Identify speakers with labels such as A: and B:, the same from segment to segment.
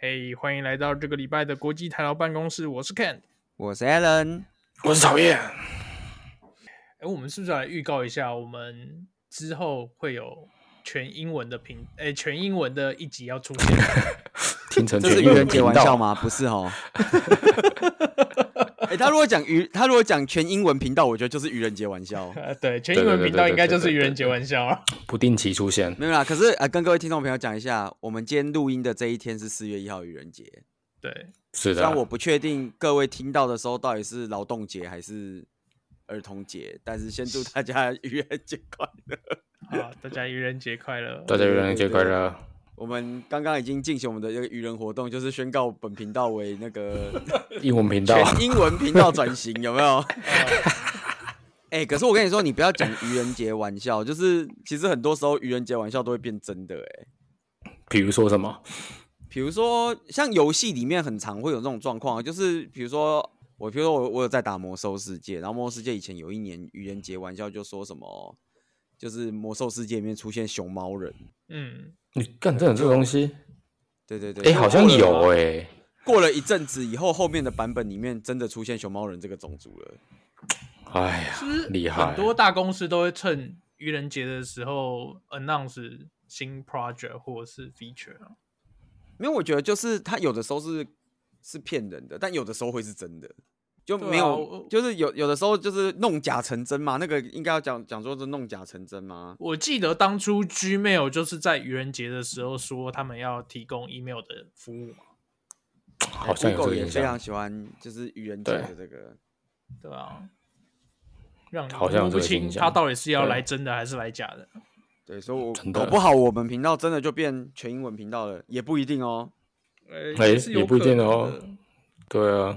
A: 嘿欢迎来到这个礼拜的国际台劳办公室，我是 Ken。
B: 我是 Alan，
C: 我是讨厌。
A: 哎，我们是不是要来预告一下，我们之后会有全英文的频，哎，全英文的一集要出现？
C: 听成
B: 这是
C: 全
B: 愚
C: 英文
B: 人节
C: 频
B: 玩
C: 道
B: 笑？吗？不是哦。 哎、他如果讲愚，他如果讲全英文频道，我觉得就是愚人节玩笑。
A: 呃， 对，全英文频道应该就是愚人节玩笑了。
C: 不定期出现，
B: 没有啦，可是啊、呃跟各位听众朋友讲一下，我们今天录音的这一天是四月一号愚人节。
A: 对，
C: 是
B: 虽
C: 的
B: 然。我不确定各位听到的时候到底是劳动节还是儿童节，但是先祝大家愚人节快乐。
A: 好，大家愚人节快 乐！
C: 大家愚人节快乐！
B: 我们刚刚已经进行我们的这个愚人活动，就是宣告本频道为那个
C: 英文频道
B: 全英文频道转型，有没有？
A: 呃
B: 哎、可是我跟你说，你不要讲愚人节玩笑，就是其实很多时候愚人节玩笑都会变真的、哎，
C: 比如说什么？
B: 比如说像游戏里面很常会有这种状况，就是比如说我，比如说我我有在打魔兽世界，然后魔兽世界以前有一年愚人节玩笑就说什么，就是魔兽世界里面出现熊猫人，
A: 嗯，
C: 你干真的这个东西？
B: 对对对，
C: 哎，好像
B: 过了
C: 有哎，
B: 过了一阵子以后，后面的版本里面真的出现熊猫人这个种族了。
C: 哎呀
A: 是不是，
C: 厉害
A: 很！多大公司都会趁愚人节的时候 announce 新 project 或者是 feature 啊。
B: 没有，我觉得就是他有的时候是是骗人的，但有的时候会是真的，就
A: 对啊
B: 没有，
A: 我
B: 就是有有的时候就是弄假成真嘛。那个应该要讲讲说是弄假成真嘛。
A: 我记得当初 Gmail 就是在愚人节的时候说他们要提供 email 的服务嘛，
C: 好像有这
B: Google
C: 个
B: 也
C: 印
B: 非常
C: 象。
B: 喜欢就是愚人节
C: 对
B: 的这个，
A: 对啊，让你
C: 好像
A: 摸
C: 有这
A: 不
C: 个
A: 清
C: 印象
A: 他到底是要
C: 对啊
A: 来真的还是来假的。
B: 对，所以我
C: 真的
B: 搞不好我们频道真的就变全英文频道了，也不一定哦。
A: 呃
C: 哎
A: 是有
C: 也不一
A: 可
C: 定
A: 能
C: 哦
A: 的
C: 对啊，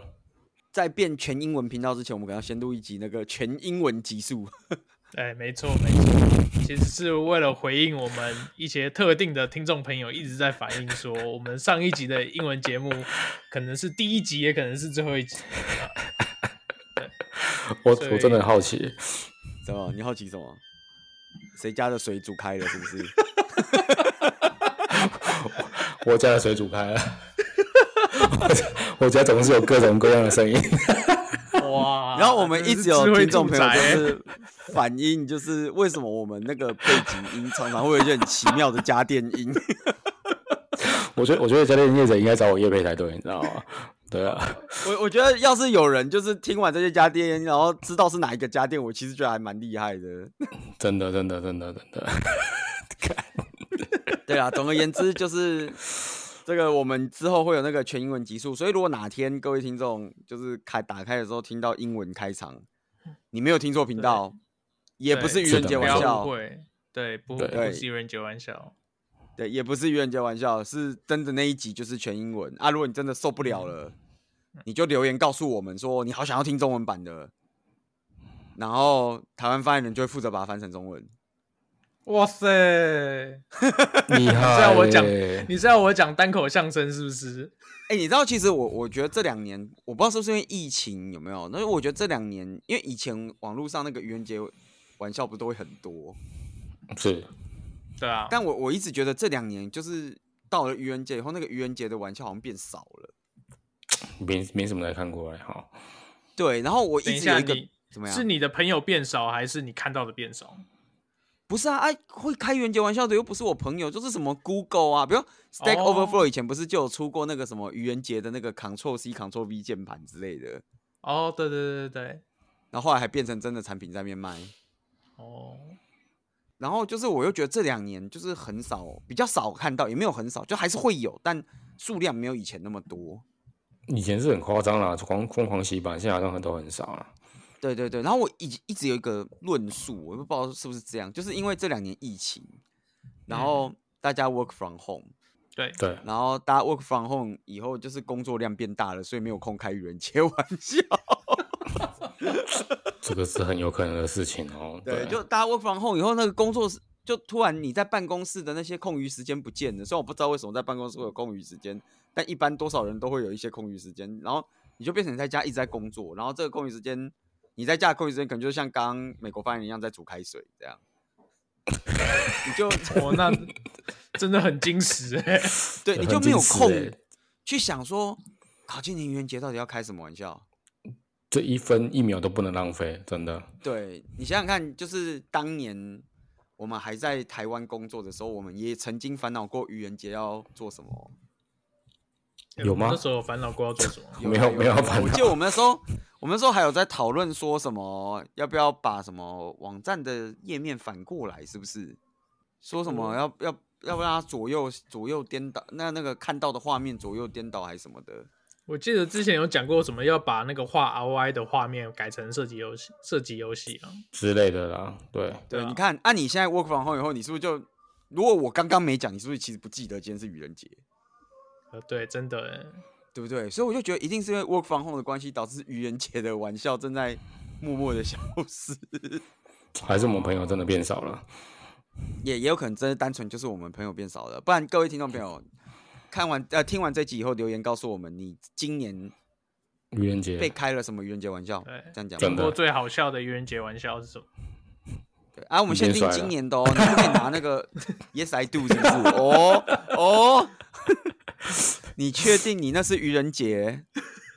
B: 在变全英文频道之前，我们可能要先录一集那个全英文集数。
A: 哎，没错没错，其实是为了回应我们一些特定的听众朋友一直在反映说，我们上一集的英文节目可能是第一集，也可能是最后一集。
C: 我
A: 所以
C: 我真的很好奇，
B: 怎么？你好奇什么？谁家的水煮开了是不是？
C: 我家的水煮开了，我家我家总是有各种各样的声音。
A: 哇！
B: 然后我们
A: 真
B: 一
A: 是
B: 直有
A: 智慧
B: 听众
A: 住
B: 朋友
A: 宅
B: 就
A: 哎
B: 是反映，就是为什么我们那个背景音常常会有一些很奇妙的家电音。
C: 我觉得我觉得家电业者应该找我叶配才对，你知道吗？对啊，
B: 我我觉得要是有人就是听完这些家电音，然后知道是哪一个家电，我其实觉得还蛮厉害的。
C: 真的真的真的真的。
B: 对啊，总而言之就是这个，我们之后会有那个全英文集数，所以如果哪天各位听众就是开打开的时候听到英文开场，你没有听错频道，也不是
A: 对
B: 愚
C: 是
B: 人
C: 的
B: 节
A: 不
B: 玩
C: 没错
A: 要
B: 笑
A: 误，会，对，不
C: 对
A: 不是愚人节玩笑。
B: 对，也不是愚人节玩笑，是真的那一集就是全英文啊。如果你真的受不了
A: 嗯
B: 了，你就留言告诉我们说你好想要听中文版的，然后台湾发言人就会负责把它翻成中文。
A: 哇塞！
C: 厉害、
A: 这样我讲
C: 欸
A: 你是要我讲单口相声是不是？
B: 哎、你知道其实我我觉得这两年我不知道是不是因为疫情有没有，那我觉得这两年因为以前网络上那个愚人节玩笑不都会很多，
C: 是
A: 对啊，
B: 但我我一直觉得这两年就是到了愚人节以后，那个愚人节的玩笑好像变少了。
C: 没没什么人看过来哈。
B: 对，然后我
A: 等
B: 一
A: 一
B: 直有
A: 下
B: 一个
A: 你
B: 怎么样？
A: 是你的朋友变少，还是你看到的变少？
B: 不是啊，哎、会开愚人节玩笑的又不是我朋友，就是什么 Google 啊，比如 Stack
A: 哦
B: Overflow 以前不是就有出过那个什么愚人节的那个 Control C Control V 键盘之类的，
A: 哦，对对对对对，
B: 然后后来还变成真的产品在面卖。
A: 哦，
B: 然后就是我又觉得这两年就是很少，比较少看到，也没有很少，就还是会有，但数量没有以前那么多。
C: 以前是很夸张啦，狂疯狂洗版，现在好像很都很少了。
B: 对对对，然后我一一直有一个论述，我也不知道是不是这样，就是因为这两年疫情，然后大家 work from home，
A: 对，
C: 对，
B: 然后大家 work from home 以后，就是工作量变大了，所以没有空开愚人节玩笑。
C: 这个是很有可能的事情 哦。
B: 对，就大家 work from home 以后，那个工作是就突然你在办公室的那些空余时间不见了。虽然我不知道为什么在办公室会有空余时间，但一般多少人都会有一些空余时间，然后你就变成你在家一直在工作，然后这个空余时间。你在家的空余时间可能就像刚刚美国发言人一样在煮开水这样，你就
A: 哦，那真的很矜持哎、
B: 对
C: 很
B: 你 就没有
C: 矜持
B: 空
C: 欸
B: 去想说，考进情人节到底要开什么玩笑？
C: 这一分一秒都不能浪费，真的。
B: 对你想想看，就是当年我们还在台湾工作的时候，我们也曾经烦恼过愚人节要做什么。
A: 欸
C: 有
A: 我们
C: 吗
A: 那时候有烦恼过要做什么？
C: 没
B: 啦
C: 有没有
B: 啦
C: 烦
B: 我
C: 恼
B: 记得我们那时候，我们那时候还有在讨论说什么要不要把什么网站的页面反过来，是不是？说什么
A: 嗯
B: 要要要不让它左右左右颠倒，那那个看到的画面左右颠倒还是什么的？
A: 我记得之前有讲过什么要把那个画 RY 的画面改成射击游戏，射击游戏啊。
C: 之类的啦，对，
B: 对，
A: 啊
B: 你看，按、你现在 work from home 以后，你是不是就如果我刚刚没讲，你是不是其实不记得今天是愚人节？
A: 呃，对，真的欸，
B: 对不对？所以我就觉得一定是因为 work from home 的关系，导致愚人节的玩笑正在默默的消失。
C: 还是我们朋友真的变少了。
B: 也也有可能真的单纯就是我们朋友变少了。不然各位听众朋友，看完呃听完这集以后留言告诉我们，你今年
C: 愚人节
B: 被开了什么愚人节玩笑？
A: 对
B: 这样讲
C: 真
A: 不
B: 吧。
C: 的
A: 过最好笑的愚人节玩笑是什么？
B: 对啊，我们限
C: 你
B: 定
C: 变帅了
B: 今年的哦，你不可以拿那 个 Yes I Do 是不是？哦哦， 你确定你那是愚人节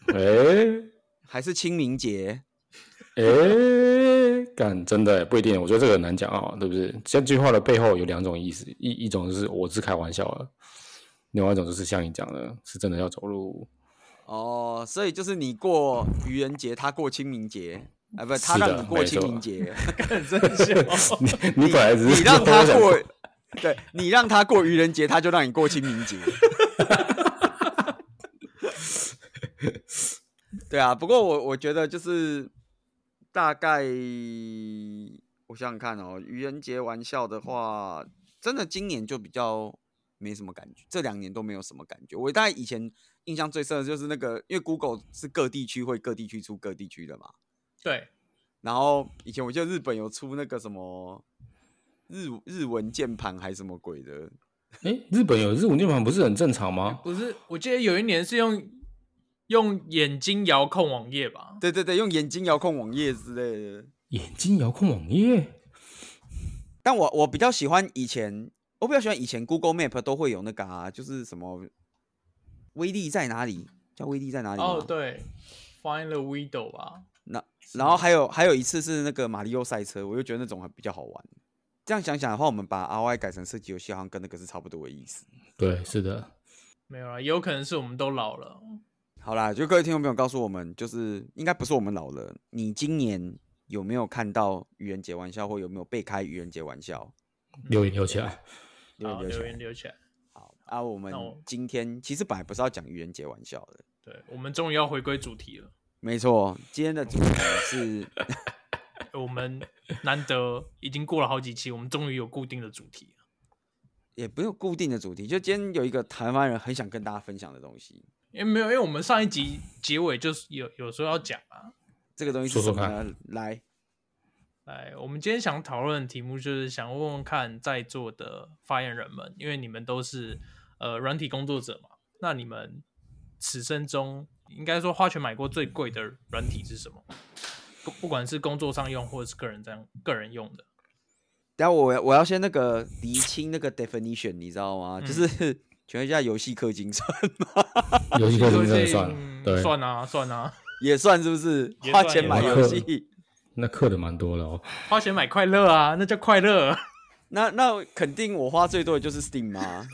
C: 诶
B: 还是清明节？
C: 诶，干、真的不一定，我觉得这个很难讲啊、对不对？这句话的背后有两种意思，一一种就是我是开玩笑的，另外一种就是像你讲的，是真的要走入
B: 哦，所以就是你过愚人节，他过清明节，啊，不，他
C: 是的
B: 让你过
C: 没
B: 清
C: 错
B: 明节，
A: 很真哦笑。
C: 你 你本来只是
B: 你让
C: 说
B: 他
C: 我想
B: 过，对你让他过愚人节，他就让你过清明节。对啊，不过我我觉得就是大概，我想想看哦，愚人节玩笑的话，真的今年就比较没什么感觉，这两年都没有什么感觉。我大概以前印象最深的就是那个，因为 Google 是各地区会各地区出各地区的嘛，
A: 对，
B: 然后以前我记得日本有出那个什么日日文键盘还是什么鬼的，
C: 诶、日本有日文键盘不是很正常吗？
A: 不是，我记得有一年是用用眼睛遥控网页吧？
B: 对对对，用眼睛遥控网页之类的。
C: 眼睛遥控网页，
B: 但我我比较喜欢以前，我比较喜欢以前 Google Map 都会有那个、啊，就是什么威力在哪里，叫威力在
C: 哎
B: 哪里吗？
A: 哦，对，Find the window 吧。
B: 那然后还有还有一次是那个马里奥赛车，我就觉得那种还比较好玩。这样想想的话，我们把 R Y 改成射击游戏，好像跟那个是差不多的意思。
C: 对，是的，
A: 没有啦，有可能是我们都老了。嗯
B: 好啦，就各位听众朋友告诉我们，就是应该不是我们老了，你今年有没有看到愚人节玩笑，或有没有被开愚人节玩笑？
C: 留言留起来。
B: 留言
A: 好
B: 留起
A: 留
B: 来。
A: 言留起来。
B: 好啊，我们
A: 那我
B: 今天其实本来不是要讲愚人节玩笑的，
A: 对我们终于要回归主题了。
B: 没错，今天的主题是
A: 我们难得已经过了好几期，我们终于有固定的主题了。
B: 也不用固定的主题，就今天有一个台湾人很想跟大家分享的东西，
A: 因为没有，因为我们上一集结尾就是有有时候要讲啊。
B: 这个东西是
C: 说
B: 什
C: 说
B: 么呢？来，
A: 来，我们今天想讨论的题目就是想问问看在座的发言人们，因为你们都是呃软体工作者嘛，那你们此生中应该说花钱买过最贵的软体是什么？不不管是工作上用或者是个人这样个人用的，
B: 等下我我要先那个厘清那个 definition，你知道
A: 嗯
B: 吗？就是全一下游戏氪金算
C: 游戏氪金真
A: 是
C: 的算了，对，
A: 算啊算啊，
B: 也算是不是？
A: 也
B: 花
A: 算
B: 钱
A: 也
B: 买
C: 算
B: 游戏。
C: 那氪的蛮多的哦。
A: 花钱买快乐啊， 那叫快乐。
B: 那那肯定我花最多的就是 Steam 嘛，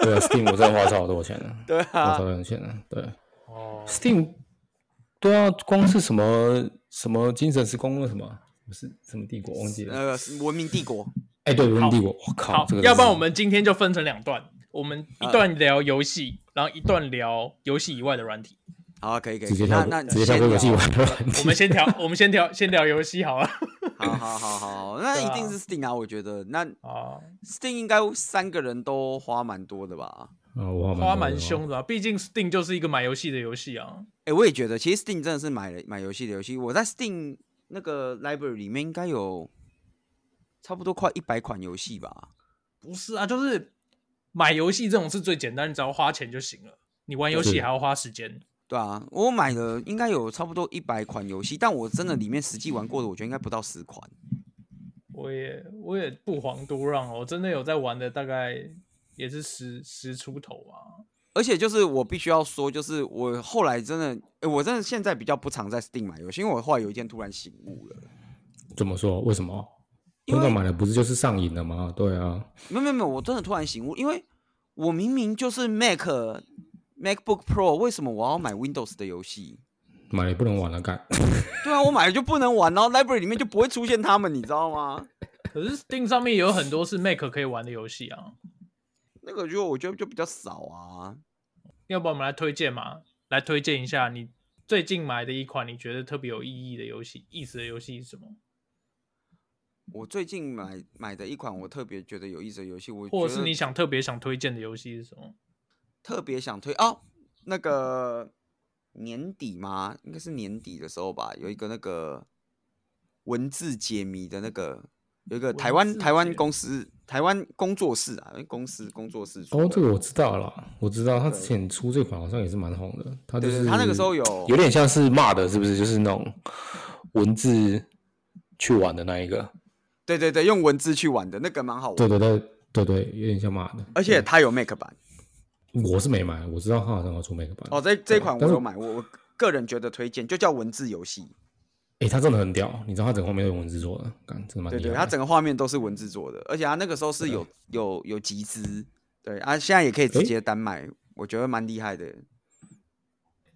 C: 对啊，Steam 我真的花超多钱了，
B: 对
C: 花
B: 啊
C: 超，多钱了。对
A: 哦，
C: ，Steam 对啊，光是什么什么精神时空那什么什么是什么帝国忘记了？
B: 那个是文明帝 国，
C: 哎，对，文明帝国，我靠
A: 好，，
C: 这个
A: 要不然
C: 真
A: 我们今天就分成两段，我们一段聊游
C: 嗯
A: 戏，然后一段聊游戏以外的软 体。
B: 好啊，可以可以，
C: 是直接
B: 那
C: 跳
B: 那
C: 过，
B: 你
C: 直接跳过
B: 先
C: 游戏
B: 聊
C: 玩了。
A: 我们先聊，我们先聊，先聊游戏好了。
B: 好好好好，那
A: 对
B: 一
A: 啊
B: 定是 Steam 啊，我觉得那
A: 啊，
B: Steam 应该三个人都花蛮多的吧？
C: 啊，我花
A: 花
C: 蛮多
A: 蛮
C: 的哦
A: 凶的、啊，毕竟 Steam 就是一个买游戏的游戏啊。
B: 哎、我也觉得，其实 Steam 真的是买了买游戏的游戏，我在 Steam 那个 library 里面应该有差不多快一百款游戏吧？
A: 不是啊，就是买游戏这种是最简单，你只要花钱就行了。你玩游戏
C: 是
A: 还要花时间，
B: 对啊，我买了应该有差不多一百款游戏，但我真的里面实际玩过的，我觉得应该不到十款。
A: 我也我也不遑多让哦，我真的有在玩的，大概也是十十出头啊。
B: 而且就是我必须要说，就是我后来真的，诶我真的现在比较不常在 Steam 买游戏，因为我后来有一天突然醒悟了。
C: 怎么说？为什么？
B: 因
C: 那
B: 为
C: 个买了不是就是上瘾了吗？对啊，
B: 没有没有没有，我真的突然醒悟，因为我明明就是 Mac、MacBook Pro，为什么我要买 Windows 的游戏？
C: 买了也不能玩了，干。
B: 对啊，我买了就不能玩，然后 Library 里面就不会出现他们，你知道吗？
A: 可是 Steam 上面也有很多是 Mac 可以玩的游戏啊，
B: 那个就我觉得就比较少啊。
A: 要不然我们来推荐嘛？来推荐一下你最近买的一款你觉得特别有意义的游戏，意思的游戏是什么？
B: 我最近买买的一款我特别觉得有意思的游戏，我
A: 或
B: 觉
A: 者是
B: 得
A: 你想特别想推荐的游戏是什么？
B: 特别想推哦，那个年底吗？应该是年底的时候吧，有一个那个文字解谜的那个，有一个台
A: 文
B: 湾
A: 字
B: 台
A: 解
B: 湾
A: 谜
B: 公司台湾工作室啊，公司工作室出
C: 哦，
B: 的
C: 这个我知道了，我知道他
B: 对
C: 之前出这款好像也是蛮红的，他就
B: 对对
C: 是
B: 他那个时候有
C: 有点像是骂的，是不是？就是那种文字去玩的那一个，
B: 对对对，用文字去玩的那个蛮好玩
C: 对
B: 的，
C: 对对对对，有点像骂的。
B: 而且它有 Make 版
C: 我是没买，我知道他好像要出 Mac 版。
B: 哦，这这款我
C: 嗯但是
B: 有买，我我个人觉得推荐，就叫文字游戏，
C: 诶，他真的很屌，你知道他整个画面都用文字做的，干真的蛮
B: 对
C: 厉
B: 对，
C: 害
B: 它
C: 的。
B: 整个画面都是文字做的，而且它那个时候是有有有集资，对啊，现在也可以直
C: 诶
B: 接单买，我觉得蛮厉害的。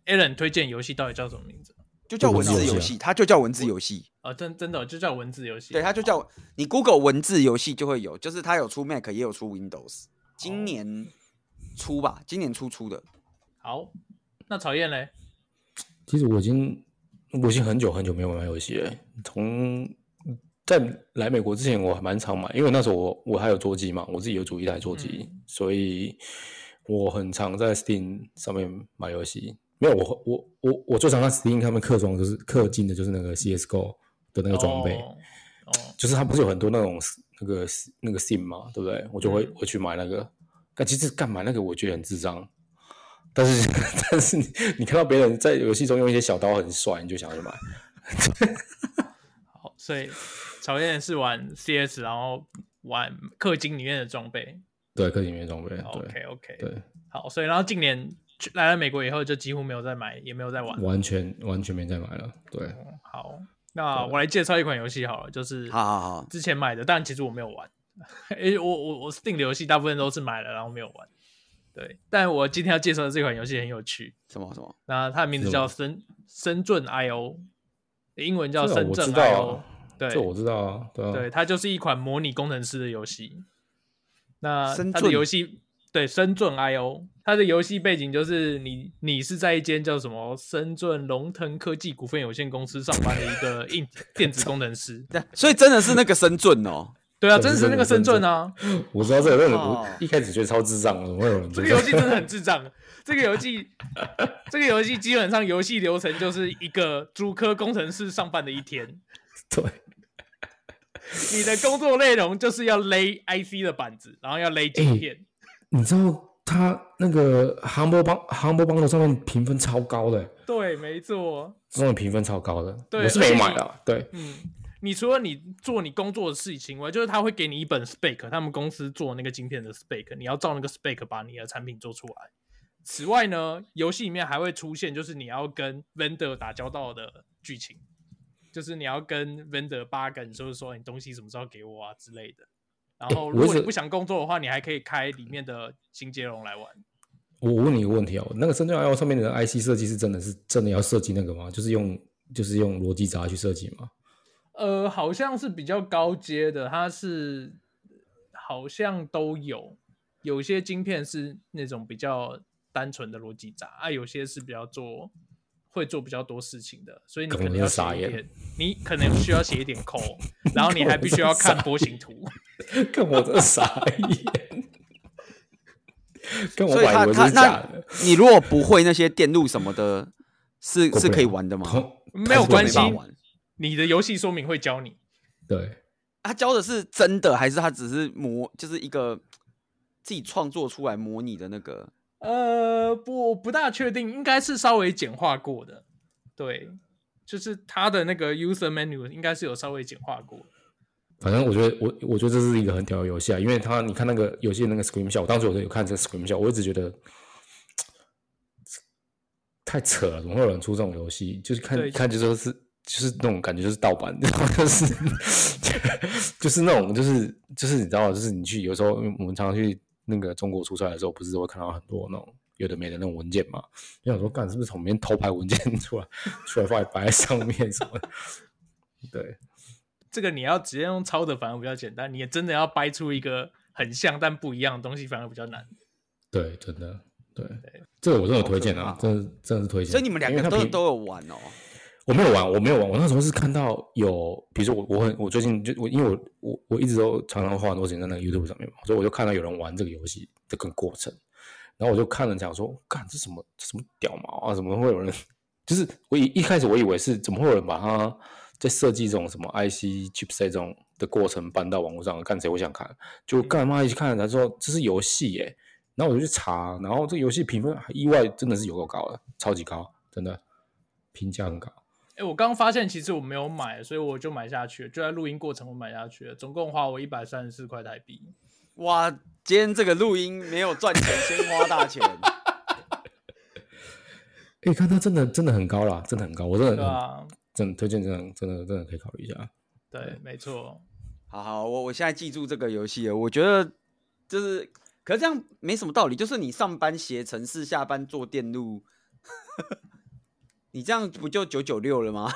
A: Alan 推荐游戏到底叫什么名字？
B: 就叫文
C: 文字
B: 字
C: 游
B: 游
C: 戏啊
B: 戏，它就叫文字游戏。
A: 啊，真真的就叫文字游戏。
B: 对，它就叫你 Google 文字游戏就会有，就是它有出 Mac 也有出 Windows，今年出吧，今年初出的。
A: 好。那曹燕嘞？
C: 其实我已经我已经很久很久没有玩游戏了，从在来美国之前我还蛮常买，因为那时候我我还有桌机嘛，我自己有组一台桌机，所以我很常在 Steam 上面买游戏。没有，我我我我最常在 Steam 上面氪装的就是氪金的，就是那个 CS:GO 的那个装备。
A: 哦哦，
C: 就是它不是有很多那种那个那个 sim 嘛，对不对？我就会会去买那个，但其实干嘛那个我觉得很智障，但是 但是你你看到别人在游戏中用一些小刀很帅，你就想要去买。
A: 好，所以曹燕是玩 CS，然后玩氪金里面的装备。
C: 对，氪金免装备，哎对
A: OK OK，
C: 对，
A: 好，所以然后近年去来了美国以后，就几乎没有再买，也没有再玩。
C: 完全完全没再买了。对，啊
A: 嗯好，那我来介绍一款游戏好了，
C: 嗯
A: 就是
B: 好好好，
A: 之前买的，但其实我没有玩， 因为我我我 Steam 的游戏大部分都是买了然后没有玩。对，但我今天要介绍的这款游戏很有趣，
B: 什么什么？
A: 那它的名字
C: 是
A: 叫
C: 吗
A: 深深圳 I O，英文叫
C: 这个
A: 深
C: 我
A: 圳
C: 知道
A: I
C: 啊
A: O。对，
C: 这我知道啊，对啊，
A: 对，它就是一款模拟工程师的游戏。那
B: 深
A: 它的
B: 圳
A: 游戏对深圳 I O，它的游戏背景就是你你是在一间叫什么深圳龙腾科技股份有限公司上班的一个硬电子工程师。
B: 对，所以真的是那个深圳哦。
A: 对啊，
C: 对
A: 真实那个深圳啊，
C: 我知道这个，但是我
B: 哦
C: 一开始觉得超智障，怎么会有人
A: 这
C: 这
A: 个游戏真的很智障。这个游戏，这个游戏基本上游戏流程就是一个主科工程师上班的一天，
C: 对，
A: 你的工作内容就是要勒 IC 的板子，然后要勒晶
C: 哎
A: 片。
C: 你知道他那个航波帮航波帮的上面评分超高的、
A: 对，没错。
C: 这种评分超高的，
A: 对
C: 我是没买的。对，
A: 嗯，你除了你做你工作的事情外，就是他会给你一本 spec，他们公司做那个晶片的 spec，你要照那个 spec 把你的产品做出来。此外呢，游戏里面还会出现就是你要跟 vendor 打交道的剧情，就是你要跟 vendor 八梗，就是说你东西什么时候给我啊之类的。然后，
C: 我
A: 如果
C: 一直
A: 你不想工作的话，你还可以开里面的新接龙来玩。
C: 我问你一个问题哦，那个深圳 I O 上面的 I C 设计是真的是真的要设计那个吗？就是用就是用逻辑闸去设计吗？
A: 呃，好像是比较高阶的，它是好像都有，有些晶片是那种比较单纯的逻辑闸啊，有些是比较做会做比较多事情的，所以你可
C: 搞得
A: 能要
C: 是
A: 写
C: 傻
A: 一
C: 眼
A: 点，你可能需要写一点 code，然后你还必须要 看波形图。
C: 跟我这傻眼，跟 我
B: 所以
C: 本来
B: 他
C: 以为这
B: 他
C: 是假
B: 那
C: 的，，
B: 你如果不会那些电路什么的， 是
C: 够不
B: 是
C: 了
B: 可以玩的吗？
C: 同
A: 没有
C: 还是我
A: 关
C: 没
A: 系
C: 办
B: 法
C: 法
B: 玩。
A: 你的游戏说明会教你，
C: 对，
B: 他教的是真的，还是他只是模，就是一个自己创作出来模拟的那个？
A: 呃，不我不大确定，应该是稍微简化过的，对，就是它的那个 user menu 应该是有稍微简化过的。
C: 反正我觉得我我觉得这是一个很屌的游戏啊，因为它你看那个游戏的那个 screenshot，我当时我有看这个 screenshot，我一直觉得太扯了，怎么会有人出这种游戏？就是看
A: 对
C: 看就说是就是那种感觉就是盗版， 然后就是就是那种就是就是你知道吗，就是你去有时候因为我们常常去那个中国出差的时候，不是都会看到很多那种有的没的那种文件嘛？就想说干是不是从里面偷拍文件出来，出来放摆在上面什么的？ 对，
A: 这个你要直接用抄的反而比较简单，你也真的要掰出一个很像但不一样的东西，反而比较难。
C: 对，真的，对，这个我真的推荐
B: 好
C: 啊，
B: 可怕哦
C: 真的真的是推荐。
B: 所以你们两
C: 因为
B: 个
C: 它
B: 都
C: 平
B: 都有玩哦。
C: 我没有玩，我没有玩。我那时候是看到有，比如说我我很我最近就我因为我我我一直都常常花很多时间在那个 YouTube 上面嘛，所以我就看到有人玩这个游戏这个过程，然后我就看了讲说，干这什么这什么屌毛啊，怎么会有人？就是我一一开始我以为是怎么会有人把它在设计这种什么 IC chipset 这种的过程搬到网络上，干谁会想看？就干嘛一起看，他说这是游戏耶，然后我就去查，然后这个游戏评分意外真的是有够高的，超级高，真的评价很高。
A: 哎、我刚发现其实我没有买，所以我就买下去了，就在录音过程我买下去了，总共花我一百三十四块台币。
B: 哇，今天这个录音没有赚钱，先花大钱。
C: 哎、看它真的真的很高啦，真的很高，我真的
A: 对
C: 很、
A: 啊，
C: 真的推荐，真的真的真的可以考虑一下。
A: 对，没错，
B: 好好，我我现在记住这个游戏了。我觉得就是，可是这样没什么道理。就是你上班写程式，下班做电路，你这样不就九九六了吗？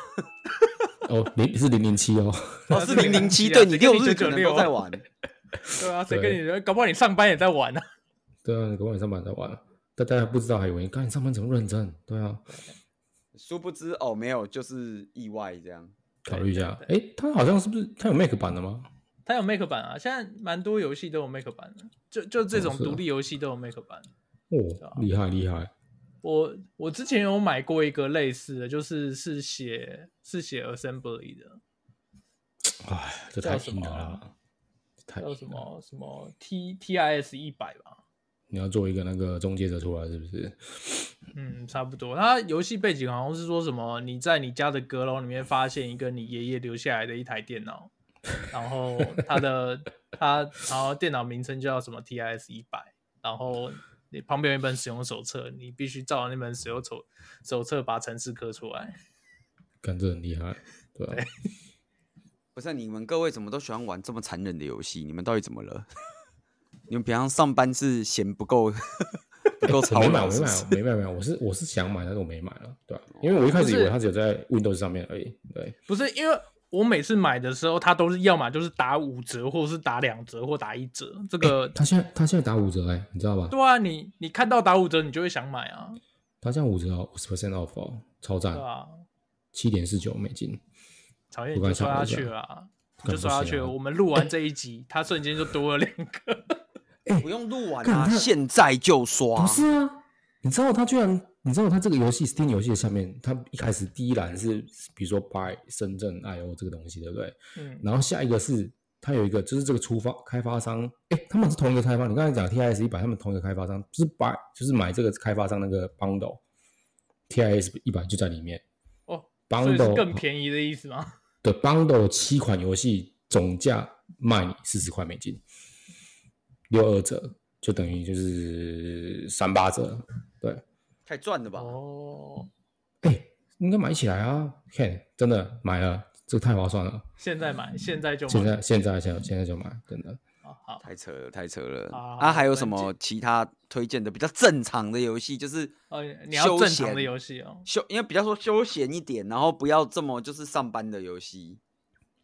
C: 哦，零是零零七哦，
B: 哦，
A: 啊
B: 是
A: 这
B: 零
A: 个
B: 零七，
A: 007啊
B: 对你
A: 这个
B: 六啊日可能
A: 996
B: 都在玩。
A: 对啊，谁跟你搞不好你上班也在玩啊？
C: 对啊，搞不好你上班在玩，大家还不知道，还以为干你上班怎么认真？对啊，
B: 殊不知哦，没有，就是意外这样。
C: 考虑一下。哎、它好像是不是它有 Mac 版的吗？
A: 它有 Make 版啊，现在蛮多游戏都有 Make 版的，就就这种
C: 哦是啊
A: 独立游戏都有 Make 版。啊
C: 哦，厉害厉害，
A: 我我之前有买过一个类似的，就是是写是写 Assembly 的，
C: 哎，这太
A: 叫什
C: 硬了
A: 么啊
C: 啦，这太硬
A: 叫
C: 了
A: 什？么什么 T T I S 一百吧，
C: 你要做一个那个中介者出来是不是？
A: 嗯，差不多。它游戏背景好像是说什么，你在你家的阁楼里面发现一个你爷爷留下来的一台电脑，然后它的它，然后电脑名称叫什么 TIS 一百，然后你旁边有一本使用手册，你必须照那本使用手手册把程式刻出来。
C: 干这很厉害，对啊。
B: 不是啊你们各位怎么都喜欢玩这么残忍的游戏？你们到底怎么了？ 你们平常上班是嫌不够 不够
C: 我
B: 操
C: 没买，
B: 劳
C: 我没
B: 是不
C: 买
B: 是，？
C: 没买，没买。我是我是想买，但是我没买了，对吧、啊
A: 哦
C: 因为我一开始以为它只有在 Windows 上面而已，对。
A: 不是因为我每次买的时候，它都是要么就是打五折，或是打两折，或打一折。这个、
C: 他现在他现在打五折哎、你知道吧？
A: 对啊，你你看到打五折，你就会想买啊，
C: 他现在五折哦，五十 percent off 哦，超赞
A: 对，啊。
C: 七点四九美金。
A: 讨厌
C: 我
A: 你
C: 刚
A: 就
C: 才
A: 刷下
C: 想了一下
A: 去了啊，你
C: 干
A: 就
C: 不
A: 刷下
C: 行
A: 去
C: 啊
A: 了。我们录完这一集，它瞬间就多了两 个。哎
B: 不用录完
C: 干
B: 啊，
C: 他
B: 现在就刷
C: 不。是啊，你知道他居然，你知道他这个游戏 Steam 游戏的下面，他一开始第一栏是比如说 Buy 深圳 IO 这个东西，对不对？
A: 嗯，
C: 然后下一个是它有一个就是这个出发开发商，哎，他们是同一个开发，你刚才讲 TIS 一百，他们同一个开发商，就是把就是买这个开发商那个 bundle，TIS 一百就在里面
A: 哦，所以是更
C: bundle
A: 便宜的意思吗？
C: 的 bundle 七款游戏总价卖你四十块美金，六二折就等于就是三八折，对，
B: 太赚了吧？
A: 哦，
C: 哎，应该买起来啊，看真的买了，这个太划算了，
A: 现在买，现在就
C: 现
A: 买。
C: 在现在现在现在就买，真的。
A: 好好，
B: 太扯了，太扯了。
A: 好
B: 啊，还有
A: 那
B: 什么
A: 这
B: 其他推荐的比较正常的游戏？就是
A: 呃，你要
B: 休
A: 正常的
B: 闲
A: 游戏哦，
B: 休，因为比较说休闲一点，然后不要这么就是上班的游戏。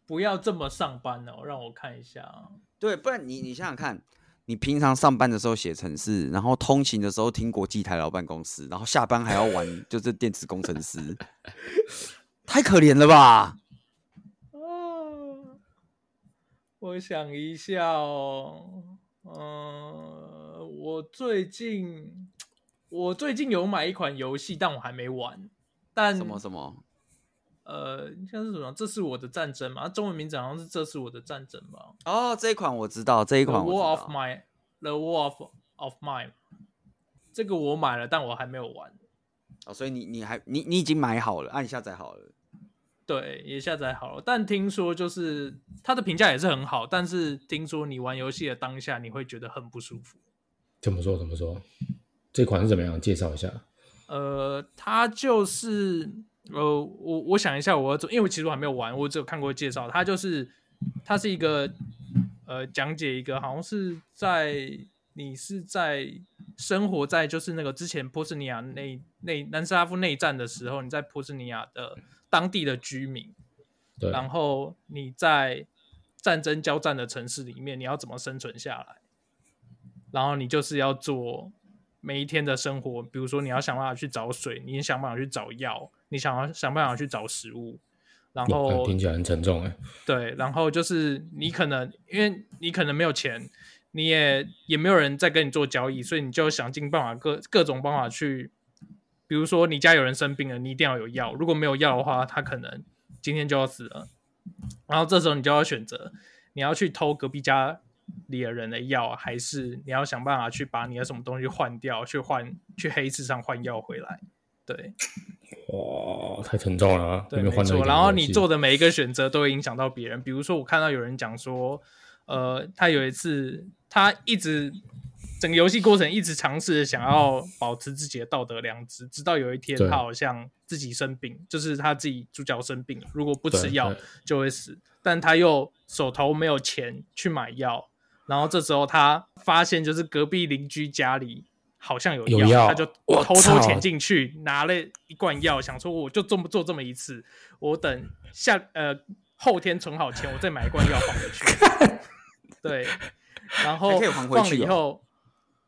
A: 不要这么上班哦。让我看一下啊，
B: 对，不然你你想想看，你平常上班的时候写程式，然后通勤的时候听国际台老办公室，然后下班还要玩就是电子工程师，太可怜了吧？
A: 啊，我想一下哦，呃，我最近我最近有买一款游戏，但我还没玩。但
B: 什么什么？
A: 呃，像是什么？这是我的战争嘛？它啊中文名字好像是《这是我的战争》吧
B: 哦，这一款我知道，这一
A: ？The
B: 款
A: War
B: 我知
A: of
B: 道。
A: My The War of of Mine。这个我买了，但我还没有玩。
B: 哦，所以你你还你你已经买好了，按、你下载好了。
A: 对，也下载好了，但听说就是它的评价也是很好，但是听说你玩游戏的当下，你会觉得很不舒服。
C: 怎么说？怎么说？这款是怎么样？介绍一下。
A: 呃，它就是呃，我我想一下，我要做，因为我其实我还没有玩，我只有看过介绍。它就是它是一个呃，讲解一个好像是在你是在生活在就是那个之前波斯尼亚内内南斯拉夫内战的时候，你在波斯尼亚的当地的居民，
C: 对，
A: 然后你在战争交战的城市里面，你要怎么生存下来？然后你就是要做每一天的生活，比如说你要想办法去找水，你想办法去找药，你想要想办法去找食物，然后
C: 听起来很沉重哎。
A: 对，然后就是你可能因为你可能没有钱，你也也没有人在跟你做交易，所以你就想尽办法各各种办法去，比如说你家有人生病了，你一定要有药，如果没有药的话，他可能今天就要死了。然后这时候你就要选择，你要去偷隔壁家里的人的药，还是你要想办法去把你的什么东西换掉，去换去黑市上换药回来。对
C: 哇，太沉重了啊！
A: 对，
C: 有没有
A: 没
C: 换到一
A: 错。
C: 个
A: 然后你
C: 游戏
A: 做的每一个选择都会影响到别人。比如说，我看到有人讲说，呃，他有一次他一直整个游戏过程一直尝试想要保持自己的道德良知，直到有一天
C: 对
A: 他好像自己生病，就是他自己主角生病了，如果不吃
C: 对
A: 药
C: 对
A: 就会死，但他又手头没有钱去买药，然后这时候他发现就是隔壁邻居家里好像有
C: 有药
A: 他就
C: 我
A: 偷偷
C: 操
A: 潜进去拿了一罐药，想说我就这么做这么一次，我等下呃后天存好钱，我再买一罐药还 回去。对，然后
B: 还可以还回去哦
A: 放了以后，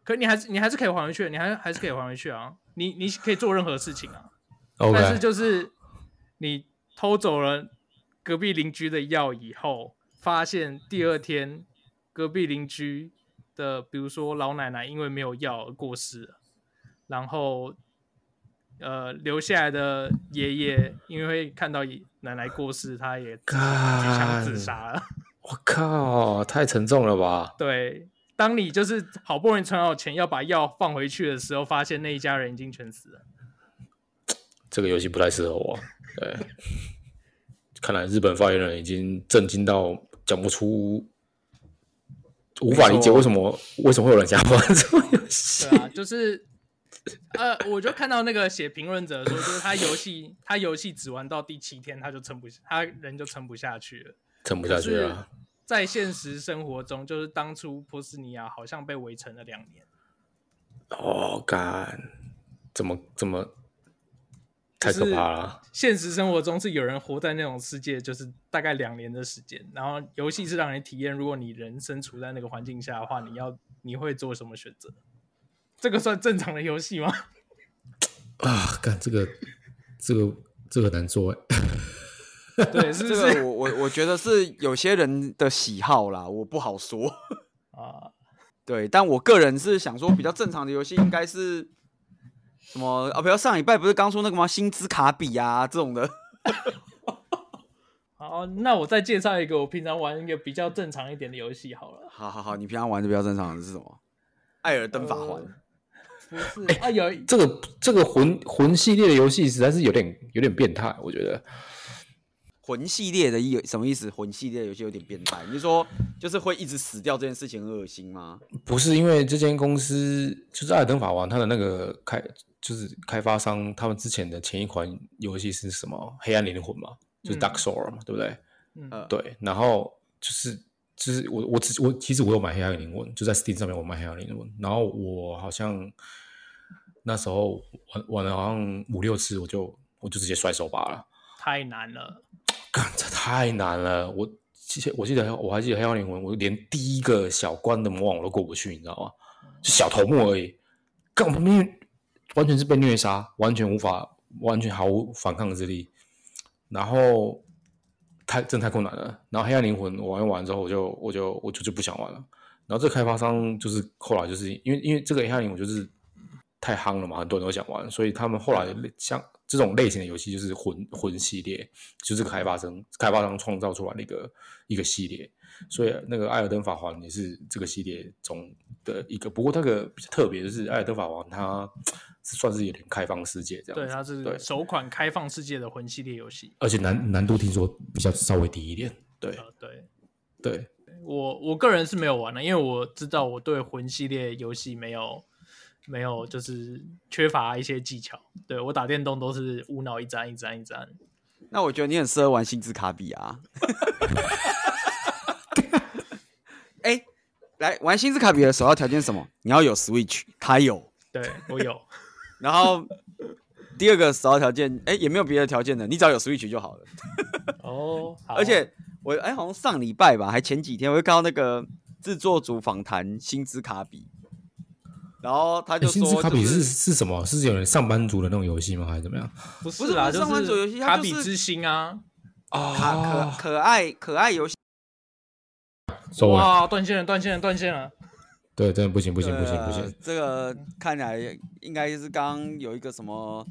A: 可你还是你还是可以还回去，你还还是可以还回去啊，你你可以做任何事情啊。但是
C: OK，
A: 就是你偷走了隔壁邻居的药以后，发现第二天隔壁邻居的，比如说老奶奶因为没有药而过世了，然后呃留下来的爷爷因为看到奶奶过世，他也自己举枪自
C: 干
A: 杀了。
C: 我靠，太沉重了吧？
A: 对，当你就是好不容易存好钱要把药放回去的时候，发现那一家人已经全死了。
C: 这个游戏不太适合我。对，看来日本发言人已经震惊到讲不出，无法理解
B: 没错
C: 为什么为什么会有人想玩这种游戏。
A: 对啊，就是呃，我就看到那个写评论者说，就是他游戏他游戏只玩到第七天，他就撑不下，他人就撑不下去了。
C: 撑不下去
A: 可是
C: 了。
A: 在现实生活中，就是当初波斯尼亚好像被围城了两年，
C: 哦，干，怎么怎么太可怕了？
A: 现实生活中是有人活在那种世界，就是大概两年的时间。然后游戏是让人体验，如果你人身处在那个环境下的话，你要你会做什么选择？这个算正常的游戏吗？
C: 啊，干这个这个这个难做哎。
A: 对，是不
B: 这
A: 是
B: 个我我我觉得是有些人的喜好啦，我不好说。
A: 啊？
B: 对，但我个人是想说，比较正常的游戏应该是什么啊？比如上礼拜不是刚说那个吗？薪资卡比啊这种的，
A: 好，那我再介绍一个我平常玩一个比较正常一点的游戏好了。
B: 好好好，你平常玩的比较正常的是什么？呃艾尔登法环，
A: 不是啊，有一
C: 这个这个魂魂系列的游戏实在是有点有点变态，我觉得。
B: 魂系列的有什么意思？魂系列游戏有点变态，你是说就是会一直死掉这件事情很恶心吗？
C: 不是因为这间公司就是《艾尔登法环》，它的那个开就是开发商，他们之前的前一款游戏是什么？黑暗灵魂嘛，就是
A: 嗯
C: Dark Soul 嘛，对不对？
A: 嗯
B: 呃
C: 对，然后就是就是我我只我其实我有买黑暗灵魂，就在 Steam 上面我买黑暗灵魂，然后我好像那时候玩玩了好像五六次，我就我就直接摔手把了。
A: 太难了，
C: 干，这太难了！我记得我记得我还记得黑暗灵魂，我连第一个小关的魔王我都过不去，你知道吗？就小头目而已，干我虐，完全是被虐杀，完全无法，完全毫无反抗之力。然后太真的太困难了。然后黑暗灵魂我玩完之后我，就我就我就就不想玩了。然后这个开发商就是后来就是因为因为这个黑暗灵魂就是太夯了嘛，很多人都想玩，所以他们后来类像这种类型的游戏就是魂魂系列，就是这个开发商开发商创造出来的一个一个系列。所以那个《艾尔登法环》也是这个系列中的一个，不过那个比较特别就是《艾尔登法环》，它是算是有点开放世界这样子。
A: 对，它
C: 对
A: 是首款开放世界的魂系列游戏。
C: 而且难难度听说比较稍微低一点。对
A: 呃，对
C: 对，
A: 我我个人是没有玩的，因为我知道我对魂系列游戏没有没有就是缺乏一些技巧。对我打电动都是无脑一直按一直按一直按。
B: 那我觉得你很适合玩星之卡比 啊。哎、来玩星之卡比的首要条件是什么？你要有 Switch，他有。
A: 对我有，
B: 然后第二个首要条件，哎、也没有别的条件的，你只要有 Switch 就好了。
A: 哦，
C: 啊
A: 好
B: 而且我哎、好像上礼拜吧，还前几天，我就看到那个制作组访谈星之卡比，然后他就
C: 哎薪资
B: 说、
C: 卡比
B: 就是
C: 是什么？是有人上班族的那种游戏吗？还是怎么样？
A: 不
B: 不
A: 是
B: 是
A: 啦，
B: 不是上
A: 就
B: 班族游戏
A: 是
B: 它
A: 卡
B: 就
A: 比
B: 是
A: 之心啊！
B: 哦
C: 哦
B: 卡可可爱可爱游戏，
C: 收尾。
A: 哇，断线了，断线了，断线了！
C: 对，真的不行，不
B: 不
C: 行，不行，不行。
B: 这个看来应该是刚有一个什么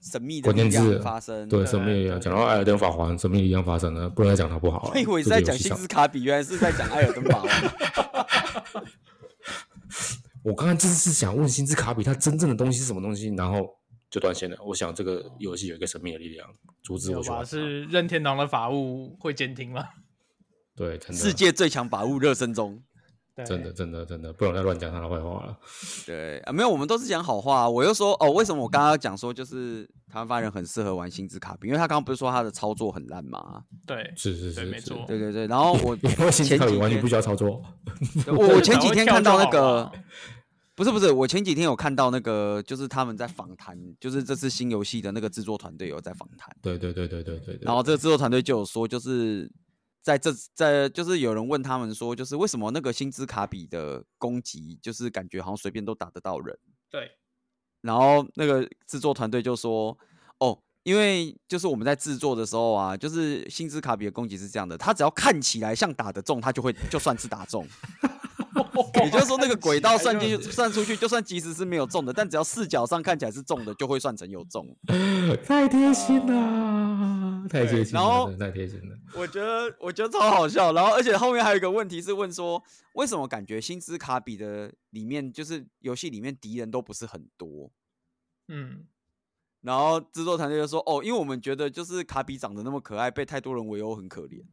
B: 神秘的
C: 关
B: 力
C: 键字
B: 量发生。
C: 对，什么也一样。讲到艾尔登法环，什么也一样发生了，不能再讲它不好
B: 我
C: 了。
B: 以为是
C: 这个
B: 在
C: 游
B: 讲
C: 戏
B: 星
C: 上
B: 之卡比，原来是在讲艾尔登法 王。
C: 我刚刚就是想问星之卡比，它真正的东西是什么东西，然后就断线了。我想这个游戏有一个神秘的力量阻止我
A: 有
C: 去玩
A: 吧？
C: 它。
A: 是任天堂的法务会监听 吗？
C: 对，真
B: 世
C: 的，
B: 界最强法务热身中。
A: 对
C: 真的，真的，真的，不能再乱讲他的坏话了。
B: 对啊，没有，我们都是讲好话、啊。我又说哦，为什么我刚刚讲说就是台湾发言人很适合玩星之卡比，因为他刚刚不是说他的操作很烂吗？
A: 对，
C: 是是
A: 对
C: 是，
A: 没
C: 是
A: 错
B: 对对对，然后 我
C: 因为星之
B: 前
C: 卡
B: 几
C: 比完全
B: 天
C: 不需要操作。
B: 对我我
A: 就是
B: 前
A: 赶
B: 几
A: 快
B: 天
A: 跳
B: 看到
A: 就
B: 那
A: 好啊
B: 个
A: 了，
B: 不是不是，我前几天有看到那个就是他们在访谈，就是这次新游戏的那个制作团队有在访谈。
C: 对对对对对对对。
B: 然后这个制作团队就有说，就是在这在就是有人问他们说，就是为什么那个薪资卡比的攻击，就是感觉好像随便都打得到人。
A: 对，
B: 然后那个制作团队就说，哦，因为就是我们在制作的时候啊，就是薪资卡比的攻击是这样的，他只要看起来像打得中，他就会就算是打中。 也就是说，那个轨道算进去算出去，就算其实是没有中的，但只要视角上看起来是中的，就会算成有中。
C: 太贴心
A: 哦
C: 了，太贴心了，
B: 然后
C: 真的太贴心了。
B: 我觉得我觉得超好笑，然后而且后面还有一个问题是问说，为什么感觉星之卡比的里面就是游戏里面敌人都不是很多？
A: 嗯，
B: 然后制作团队就说，哦，因为我们觉得就是卡比长得那么可爱，被太多人围殴很可怜。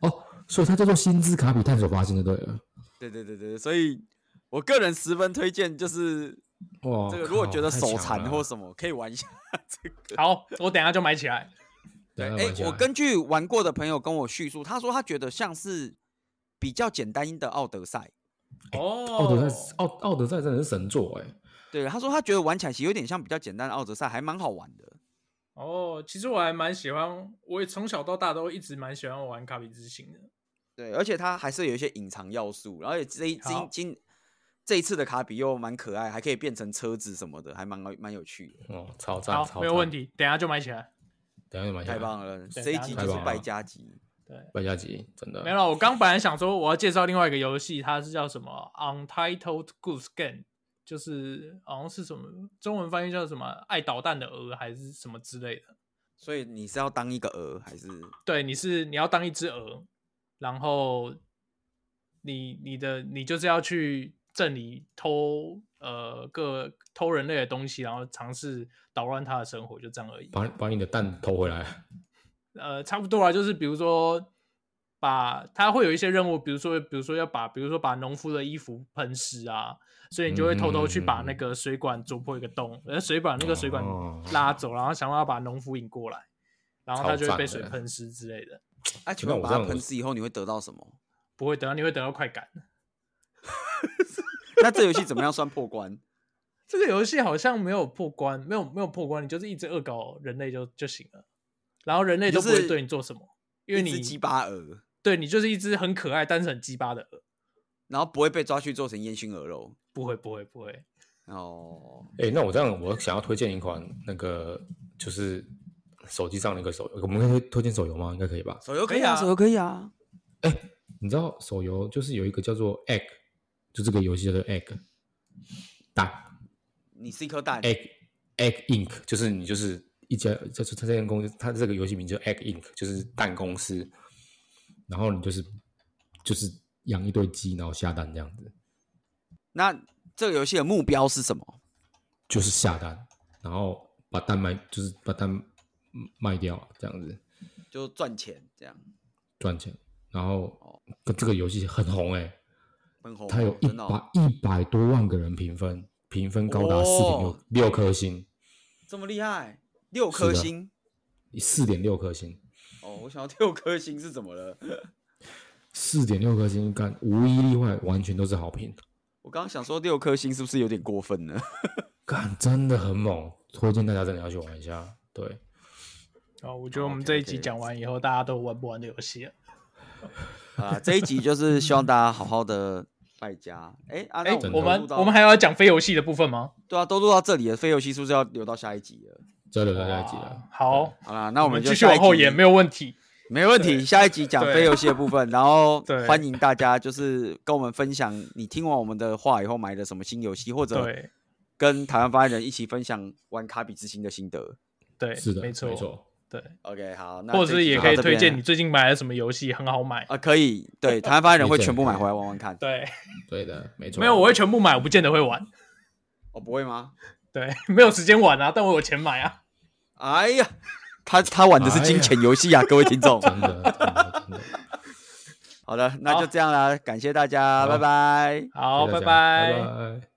C: 哦，所以它叫做星之卡比探索发现就对了。
B: 对对对对，所以我个人十分推荐，就是
C: 哇，
B: 这个如果觉得手残或
C: 么，
B: 什么，可以玩一下 这个。
A: 好，我等一下就买起来。
B: 对，
C: 等一下
B: 哎、
C: 玩起
B: 我
C: 来
B: 根据玩过的朋友跟我叙述，他说他觉得像是比较简单的奥德赛。
A: 哦，
C: 奥德赛奥奥德赛真的是神作哎、
B: 对，他说他觉得玩起来其实有点像比较简单的奥德赛，还蛮好玩的。
A: 哦，其实我还蛮喜欢，我也从小到大都一直蛮喜欢玩卡比之心的。
B: 对，而且它还是有一些隐藏要素，而且这一今
A: 好
B: 今这一次的卡比又蛮可爱，还可以变成车子什么的，还蛮蛮有趣的，
C: 哦，超赞，
A: 好，
C: 超
A: 没有
C: 赞
A: 问。题，等一下就买起来。
C: 等一下就买下
B: 太
C: 来，
B: 棒了！
A: 对
B: 这一
A: 当
B: 集就
A: 然
B: 是
C: 太棒
B: 败
C: 了
B: 家集，
A: 对，
C: 败家集真的
A: 没有啦，我刚本来想说我要介绍另外一个游戏，它是叫什么 Untitled Goose Game，就是好像是什么中文翻译叫什么爱捣蛋的鹅还是什么之类的。
B: 所以你是要当一个鹅还是？
A: 对，你是你要当一只鹅，然后你你的你就是要去镇里偷呃各偷人类的东西，然后尝试捣乱他的生活，就这样而已。
C: 把把你的蛋偷回来。
A: 呃，差不多啊，就是比如说把它会有一些任务，比如说比如说要把比如说把农夫的衣服喷湿啊，所以你就会偷偷去把那
C: 嗯
A: 个水管啄破一个洞，然后水管那个水管
C: 哦
A: 拉走，然后想办法把农夫引过来，然后他
C: 超
A: 就会被
C: 赞
A: 水
C: 的
A: 喷湿之类的，
B: 啊，请
C: 那
B: 问
C: 我
B: 把
C: 这
B: 它
C: 样
B: 喷
C: 我
B: 死以后你会得到什么？
A: 不会得到你会得到快感。
B: 那这游戏怎么样算破关？
A: 这个游戏好像没有破关，没有没有破关，你就是一直恶搞人类就就行了，然后人类
B: 你就
A: 都不会
B: 是
A: 对你做什么，因为
B: 一只
A: 你
B: 鸡巴鹅，
A: 对你就是一只很可爱但是很鸡巴的鹅，
B: 然后不会被抓去做成烟熏鹅肉
A: 不会不会不会，
B: 哦。
C: 哎、那我这样，我想要推荐一款那个就是手机上的一个手游，我们可以推荐手游吗？应该可以吧？
B: 手游
A: 可以啊
B: 手游可以啊。
C: 你知道手游就是有一个叫做 Egg，就这个游戏叫做 Egg，蛋
B: 你是一颗蛋，
C: Egg Egg Inc，就是你就是一家，就是它这间公司，它这个游戏名叫 Egg Inc，就是蛋公司。然后你就是就是养一堆鸡，然后下蛋这样子，
B: 那这个游戏的目标是什么？
C: 就是下蛋，然后把蛋卖，就是把蛋嗯卖掉这样子
B: 就赚钱这样。
C: 赚钱。然后这个游戏很红哎、
B: 很红，
C: 它有一
B: 真的哦
C: 百一百多万个人评分，评分高达四点
B: 哦
C: 六六颗星，
B: 这么厉害，六颗
C: 是的
B: 星
C: 四点六颗星，
B: 哦，我想要六颗星是怎么了？
C: 四点六颗星，干无一例外，完全都是好评，
B: 我刚刚想说六颗星是不是有点过分 呢？
C: 干嗯真的很猛，推荐大家真的要去玩一下。对，
A: 哦，我觉得我们这一集
B: OK，OK
A: 讲完以后，大家都玩不玩的游戏了。
B: 啊，这一集就是希望大家好好的败家。哎、啊，那
A: 哎、
B: 我
A: 我
B: 们
A: 们
B: 都录到
A: 我们还要讲非游戏的部分吗？
B: 对啊，都录到这里了，非游戏是不是要留到下一集了？
C: 交流到下一集了，
A: 好，
B: 好啦，那
A: 我
B: 我们就
A: 继续往后
B: 也
A: 延，没有问题。
B: 没问题，
A: 对
B: 下一集讲
A: 对
B: 非游戏的部分，然后
A: 对
B: 欢迎大家就是跟我们分享你听完我们的话以后买的什么新游戏，或者
A: 对
B: 跟台湾发言人一起分享玩卡比之星的心得。
A: 对，
C: 是的，
A: 没
C: 没
A: 错，
C: 错，
A: 对，
B: OK，好，那
A: 或
B: 这
A: 者是
B: 一集
A: 也
B: 就
A: 可以
B: 到这边
A: 推荐你最近买了什么游戏，很好买。
B: 啊，可以， 对，台湾发言人会
C: 推荐
B: 全部买回来玩玩看。
A: 对，
C: 对的，没错。
A: 没有我会全部买，我不见得会玩。
B: 哦，不会吗？
A: 对，没有时间玩啊，但我有钱买啊。
B: 哎呀，他他玩
A: 哎
B: 的是金钱游戏啊，各位听 众。
C: 真的，真的，真的。
B: 好的，那就这样啦，感谢大家，
C: 好
B: 拜拜。
A: 好，
C: 谢谢大
A: 拜
C: 家拜拜